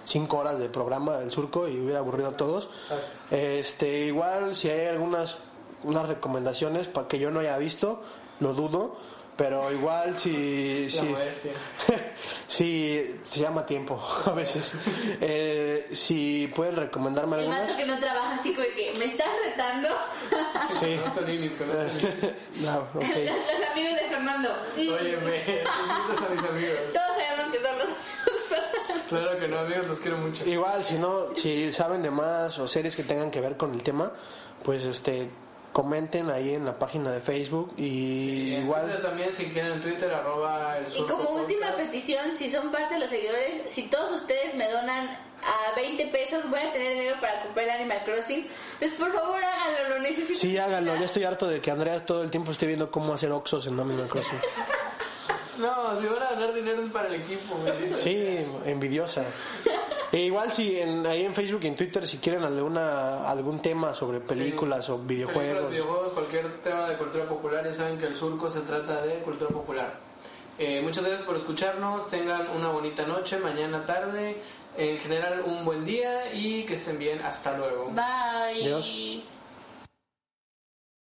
S7: cinco horas de programa del surco y hubiera aburrido a todos.
S2: Exacto.
S7: Este, igual si hay algunas unas recomendaciones para que yo no haya visto, lo dudo, pero igual
S2: La
S7: si si,
S2: modestia.
S7: si se llama tiempo a veces. Eh, si pueden recomendarme
S6: El
S7: algunas.
S6: mato que no trabaja así como que me estás retando.
S7: Sí.
S2: Conozco ninis, conozco ninis.
S7: No, Ah, ok.
S6: Los amigos de Fernando. Mm,
S2: Óyeme, presentas a mis amigos.
S6: Todos sabemos que son los amigos de Fernando.
S2: Claro que no, amigos, los quiero mucho.
S7: Igual, si no, si saben de más o series que tengan que ver con el tema, pues este comenten ahí en la página de Facebook y
S2: en Twitter
S7: igual
S2: también, si quieren, en Twitter, arroba el
S6: Y
S2: surco
S6: como última
S2: podcast.
S6: petición, si son parte de los seguidores, si todos ustedes me donan a 20 pesos, voy a tener dinero para comprar el Animal Crossing. Pues por favor háganlo, lo necesito.
S7: sí háganlo. Yo estoy harto de que Andrea todo el tiempo esté viendo cómo hacer oxos en Domino Crossing.
S2: No, si van a ganar dinero es para el equipo, bendito.
S7: Sí, envidiosa. E igual si en, ahí en Facebook y en Twitter si quieren alguna algún tema sobre películas o
S2: Películas,
S7: videojuegos.
S2: videojuegos, cualquier tema de cultura popular, ya saben que el surco se trata de cultura popular. Eh, muchas gracias por escucharnos, tengan una bonita noche, mañana tarde, en general un buen día y que estén bien, hasta luego.
S6: Bye.
S7: Adiós.